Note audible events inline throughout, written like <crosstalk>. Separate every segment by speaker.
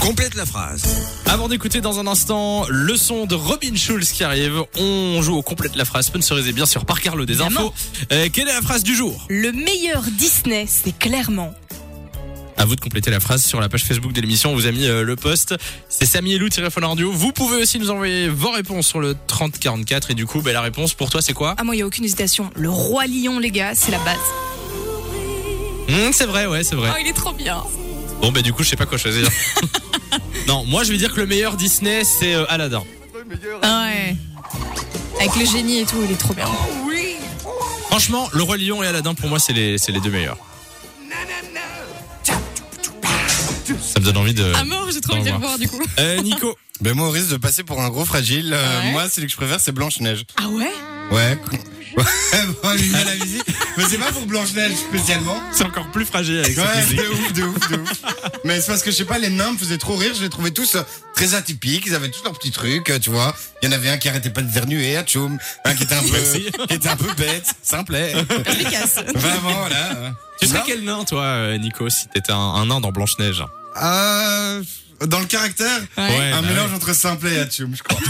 Speaker 1: Complète la phrase.
Speaker 2: Avant d'écouter dans un instant le son de Robin Schulz qui arrive, on joue au complète la phrase sponsorisée bien sûr par Carlo des
Speaker 3: Évidemment.
Speaker 2: infos. Euh, quelle est la phrase du jour
Speaker 3: Le meilleur Disney, c'est clairement.
Speaker 2: À vous de compléter la phrase sur la page Facebook de l'émission, on vous a mis euh, le post. C'est Samy et Lou téléphone audio. Vous pouvez aussi nous envoyer vos réponses sur le 3044 et du coup, bah, la réponse pour toi c'est quoi
Speaker 3: Ah, moi, il n'y a aucune hésitation. Le roi lion, les gars, c'est la base.
Speaker 2: Hmm, C'est vrai, ouais, c'est vrai.
Speaker 3: Ah, il est trop bien.
Speaker 2: Bon bah du coup, je sais pas quoi choisir. non, moi je vais dire que le meilleur Disney c'est euh, Aladdin.
Speaker 3: ouais. Avec le génie et tout, il est trop bien.
Speaker 2: Franchement, le roi lion et Aladdin pour moi c'est les c'est les deux meilleurs. Ça me donne envie de
Speaker 3: À mort, j'ai trop envie de le
Speaker 2: Au
Speaker 3: voir du coup.
Speaker 2: Euh, Nico.
Speaker 4: Ben moi, au risque de passer pour un gros fragile, euh,
Speaker 3: Ouais.
Speaker 4: moi, celui que je préfère, c'est Blanche-Neige.
Speaker 3: Ah ouais
Speaker 4: Ouais. <laughs> Ouais, bon, il met la musique. Mais c'est pas pour Blanche-Neige spécialement.
Speaker 2: C'est encore plus fragile avec
Speaker 4: Ouais, de ouf, de ouf, de ouf. Mais c'est parce que je sais pas, les nains me faisaient trop rire. Je les trouvais tous euh, très atypiques. Ils avaient tous leurs petits trucs, euh, tu vois. Il y en avait un qui arrêtait pas de vernuer, à tchoum. Un qui
Speaker 2: <laughs>
Speaker 4: était un peu,
Speaker 2: Merci.
Speaker 4: qui était un peu bête,
Speaker 2: <laughs>
Speaker 4: simplet.
Speaker 3: Efficace.
Speaker 4: Vraiment, voilà.
Speaker 2: Tu serais
Speaker 4: Non.
Speaker 2: quel nain, toi, euh, Nico, si t'étais un, un nain dans Blanche-Neige
Speaker 4: Euh, dans le caractère,
Speaker 3: Ouais.
Speaker 2: Ouais,
Speaker 4: un
Speaker 2: bah
Speaker 4: mélange entre Simplet et Atchoum, je <laughs> crois.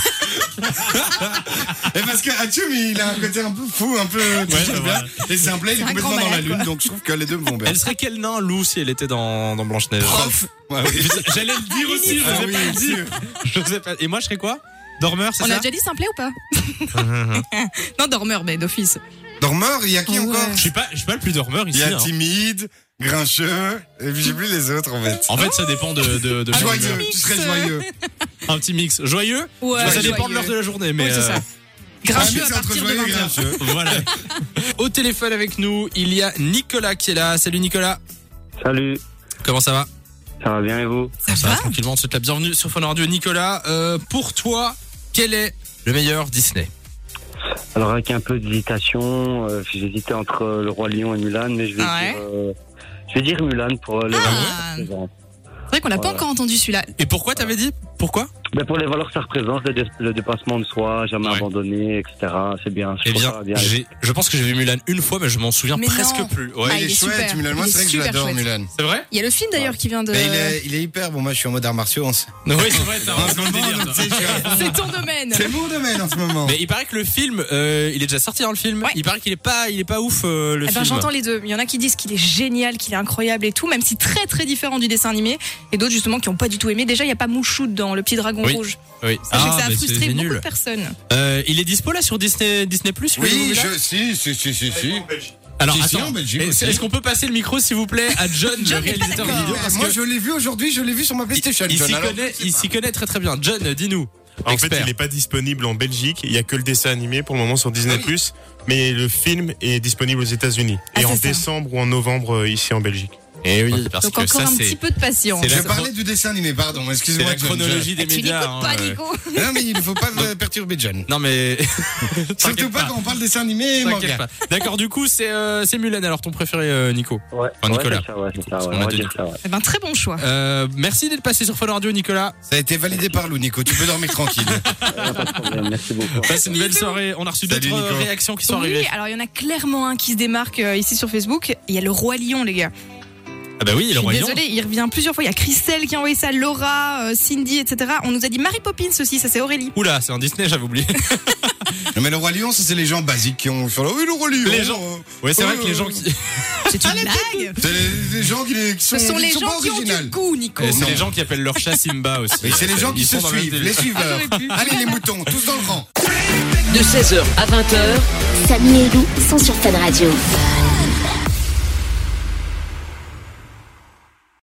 Speaker 4: et parce que Atchoum, il a un côté un peu fou, un peu.
Speaker 2: c'est vrai.
Speaker 4: et Simplet, il
Speaker 3: C'est
Speaker 4: est
Speaker 3: un grand
Speaker 4: complètement dans la
Speaker 3: malade,
Speaker 4: lune, donc je trouve que les deux me vont bien.
Speaker 2: Elle serait quel nain, Lou, si elle était dans, dans Blanche-Neige
Speaker 4: Ouais, oui.
Speaker 2: J'allais le dire aussi, je
Speaker 4: Oh. Ah
Speaker 2: sais
Speaker 4: oui,
Speaker 2: pas le
Speaker 4: bien
Speaker 2: dire. Je sais pas. Et moi, je serais quoi Dormeur, c'est
Speaker 3: On a
Speaker 2: ça
Speaker 3: déjà dit simplet ou pas Non, dormeur, mais d'office.
Speaker 4: Dormeur, il y a qui
Speaker 3: Oh, Ouais.
Speaker 4: encore
Speaker 2: Je suis pas, je suis pas le plus dormeur
Speaker 4: Il
Speaker 2: ici.
Speaker 4: y a
Speaker 2: hein.
Speaker 4: timide, grincheux, et puis j'ai plus les autres en fait.
Speaker 2: En fait, ça dépend de, de, de mon
Speaker 4: Ah, Joyeux,
Speaker 2: humeur.
Speaker 4: tu serais
Speaker 3: mix,
Speaker 4: joyeux.
Speaker 2: Un petit mix. Joyeux
Speaker 3: Ouais,
Speaker 2: Ça
Speaker 3: joyeux.
Speaker 2: dépend de l'heure de la journée, mais.
Speaker 3: Oui, c'est ça.
Speaker 2: euh,
Speaker 4: Un
Speaker 3: Gracieux
Speaker 4: mix
Speaker 3: à
Speaker 4: Ah, entre
Speaker 3: partir de
Speaker 4: joyeux et
Speaker 3: 20
Speaker 4: grincheux.
Speaker 2: voilà. <laughs> Au téléphone avec nous, il y a Nicolas qui est là. Salut Nicolas.
Speaker 5: Salut,
Speaker 2: Comment ça va
Speaker 5: ça va bien et vous
Speaker 3: Ça
Speaker 2: Ça va
Speaker 3: va
Speaker 2: tranquillement, on te souhaite la bienvenue sur Fun Radio. Nicolas, euh, pour toi, quel est le meilleur Disney
Speaker 5: Alors avec un peu d'hésitation, euh, j'hésitais entre euh, le roi Lion et Mulan, mais je vais
Speaker 3: Ah ouais.
Speaker 5: dire, euh, je vais dire Mulan pour euh, les valeurs que ça
Speaker 3: Ah.
Speaker 5: représente.
Speaker 3: C'est vrai qu'on l'a pas
Speaker 5: Voilà.
Speaker 3: encore entendu celui-là.
Speaker 2: Et pourquoi t'avais dit Pourquoi
Speaker 5: Mais Ben, pour les valeurs que ça représente, le, dé- le dépassement de soi, jamais
Speaker 2: Ouais.
Speaker 5: abandonné, etc. C'est bien. Je
Speaker 2: Eh
Speaker 5: trouve
Speaker 2: bien,
Speaker 5: ça bien.
Speaker 2: j'ai- je pense que j'ai vu Mulan une fois, mais je m'en souviens
Speaker 3: Mais
Speaker 2: presque
Speaker 3: non.
Speaker 2: plus.
Speaker 3: Ah,
Speaker 2: Ouais.
Speaker 3: il
Speaker 4: il est
Speaker 3: est
Speaker 4: chouette,
Speaker 3: super.
Speaker 4: Mulan.
Speaker 3: Il
Speaker 4: Moi,
Speaker 3: est
Speaker 4: c'est vrai que je
Speaker 3: super
Speaker 4: l'adore,
Speaker 3: chouette.
Speaker 4: Mulan.
Speaker 2: C'est vrai
Speaker 3: Il y a le film d'ailleurs qui vient de.
Speaker 4: Mais il est, il est hyper, bon, moi je suis en mode arts martiaux. hein. en ce-
Speaker 2: <laughs> Oui, c'est <laughs> vrai, t'as
Speaker 4: en
Speaker 2: un
Speaker 4: ce
Speaker 2: bon
Speaker 4: moment,
Speaker 2: délire.
Speaker 4: donc,
Speaker 2: toi.
Speaker 4: tu sais, je suis à-
Speaker 3: C'est ton domaine.
Speaker 4: C'est mon domaine en ce moment.
Speaker 2: Mais il paraît que le film, euh, il est déjà sorti dans le film.
Speaker 3: Ouais.
Speaker 2: Il paraît qu'il est pas, il est pas ouf euh, le
Speaker 3: Eh ben,
Speaker 2: film.
Speaker 3: j'entends les deux. Il y en a qui disent qu'il est génial, qu'il est incroyable et tout, même si très très différent du dessin animé. Et d'autres justement qui n'ont pas du tout aimé. Déjà, il n'y a pas Mouchou dans Le Petit Dragon
Speaker 2: Oui.
Speaker 3: Rouge.
Speaker 2: Oui. Ah,
Speaker 3: Sachez que ça a
Speaker 2: mais
Speaker 3: frustré
Speaker 2: c'est
Speaker 3: beaucoup de
Speaker 2: nul.
Speaker 3: personnes.
Speaker 2: Euh, il est dispo là sur Disney Disney Plus.
Speaker 4: Oui, je, si, si, si, si, si.
Speaker 2: Alors
Speaker 4: Si, si,
Speaker 2: attends,
Speaker 4: en Belgique
Speaker 2: est-ce
Speaker 4: aussi.
Speaker 2: est-ce qu'on peut passer le micro s'il vous plaît à John,
Speaker 3: John
Speaker 2: le
Speaker 3: n'est pas
Speaker 2: réalisateur
Speaker 3: d'accord.
Speaker 2: vidéo, parce
Speaker 4: Ah, Moi
Speaker 2: que
Speaker 4: je l'ai vu aujourd'hui, je l'ai vu sur ma PlayStation.
Speaker 2: il
Speaker 4: John,
Speaker 2: s'y
Speaker 4: alors,
Speaker 2: connaît,
Speaker 4: je sais
Speaker 2: il
Speaker 4: pas.
Speaker 2: s'y connaît très très bien. John, dis-nous.
Speaker 6: En fait,
Speaker 2: Expert.
Speaker 6: il n'est pas disponible en Belgique. Il y a que le dessin animé pour le moment sur Disney+. Mais le film est disponible aux États-Unis
Speaker 3: Ah,
Speaker 6: et
Speaker 3: c'est
Speaker 6: en
Speaker 3: ça.
Speaker 6: décembre ou en novembre euh, ici en Belgique.
Speaker 2: Eh oui, parce
Speaker 3: Donc
Speaker 2: que
Speaker 3: encore
Speaker 2: ça
Speaker 3: un
Speaker 2: c'est
Speaker 3: petit peu de patience.
Speaker 2: c'est
Speaker 4: Je
Speaker 2: la-
Speaker 4: parlais du dessin animé, pardon,
Speaker 2: c'est
Speaker 4: excuse-moi.
Speaker 2: la
Speaker 4: John, John.
Speaker 2: chronologie des
Speaker 3: Bah, Tu
Speaker 2: médias.
Speaker 3: n'écoutes
Speaker 2: hein,
Speaker 3: pas,
Speaker 2: euh.
Speaker 3: Nico.
Speaker 4: Non, mais il ne
Speaker 2: <laughs>
Speaker 4: faut pas me perturber, John.
Speaker 2: Non mais
Speaker 4: Surtout
Speaker 2: t'inquiète
Speaker 4: pas
Speaker 2: pas.
Speaker 4: quand on parle dessin animé,
Speaker 2: T'inquiète
Speaker 4: Morgan.
Speaker 2: pas. D'accord, du coup, c'est euh, c'est Mulan, alors ton préféré, euh, Nico.
Speaker 5: Ouais,
Speaker 2: Enfin,
Speaker 5: ouais,
Speaker 2: Nicolas.
Speaker 5: c'est ça, ouais, c'est ça, ouais.
Speaker 2: On
Speaker 5: On
Speaker 2: a
Speaker 5: va
Speaker 2: dit
Speaker 5: dire ça, ouais.
Speaker 3: Eh ben, très bon choix.
Speaker 2: Euh, merci d'être passé sur Fun Radio, Nicolas.
Speaker 4: Ça a été validé par Lou, Nico. Tu peux
Speaker 2: <laughs>
Speaker 4: dormir tranquille.
Speaker 5: Ouais, pas de problème, Merci beaucoup.
Speaker 2: Passe une belle soirée. On a reçu
Speaker 4: Salut,
Speaker 2: d'autres euh,
Speaker 4: Nico.
Speaker 2: réactions qui sont
Speaker 3: Oui,
Speaker 2: arrivées.
Speaker 3: alors il y en a clairement un qui se démarque euh, ici sur Facebook. Il y a le Roi Lion, les gars.
Speaker 2: Ah bah oui,
Speaker 3: Je
Speaker 2: le
Speaker 3: suis
Speaker 2: roi lion.
Speaker 3: désolée, il revient plusieurs fois. Il y a Christelle qui a envoyé ça, Laura, euh, Cindy, etc. On nous a dit Mary Poppins aussi, ça c'est Aurélie.
Speaker 2: Oula, c'est un Disney, j'avais oublié.
Speaker 4: Non, mais le roi lion, ça c'est les gens basiques qui ont. sur le- Oui, le roi lion.
Speaker 2: Les gens-
Speaker 4: euh,
Speaker 2: Ouais, c'est
Speaker 4: Ouais,
Speaker 2: vrai que les
Speaker 4: ouais,
Speaker 2: gens
Speaker 4: ouais.
Speaker 2: qui, <laughs>
Speaker 3: C'est une blague
Speaker 4: C'est les, les gens qui, les- qui sont.
Speaker 3: Ce sont les
Speaker 4: sont
Speaker 3: gens
Speaker 4: pas
Speaker 3: qui ont du
Speaker 4: originales.
Speaker 3: goût, Nico.
Speaker 2: Euh, c'est
Speaker 4: non.
Speaker 2: les gens qui appellent leur chat Simba aussi.
Speaker 4: Oui, c'est les gens
Speaker 2: Ils
Speaker 4: qui se
Speaker 2: sont dans le même
Speaker 4: suivent, les
Speaker 2: délire.
Speaker 4: suiveurs. Allez, les moutons, tous dans le rang.
Speaker 7: De 16h à 20h,
Speaker 8: Samy et Lou sont sur Fan Radio.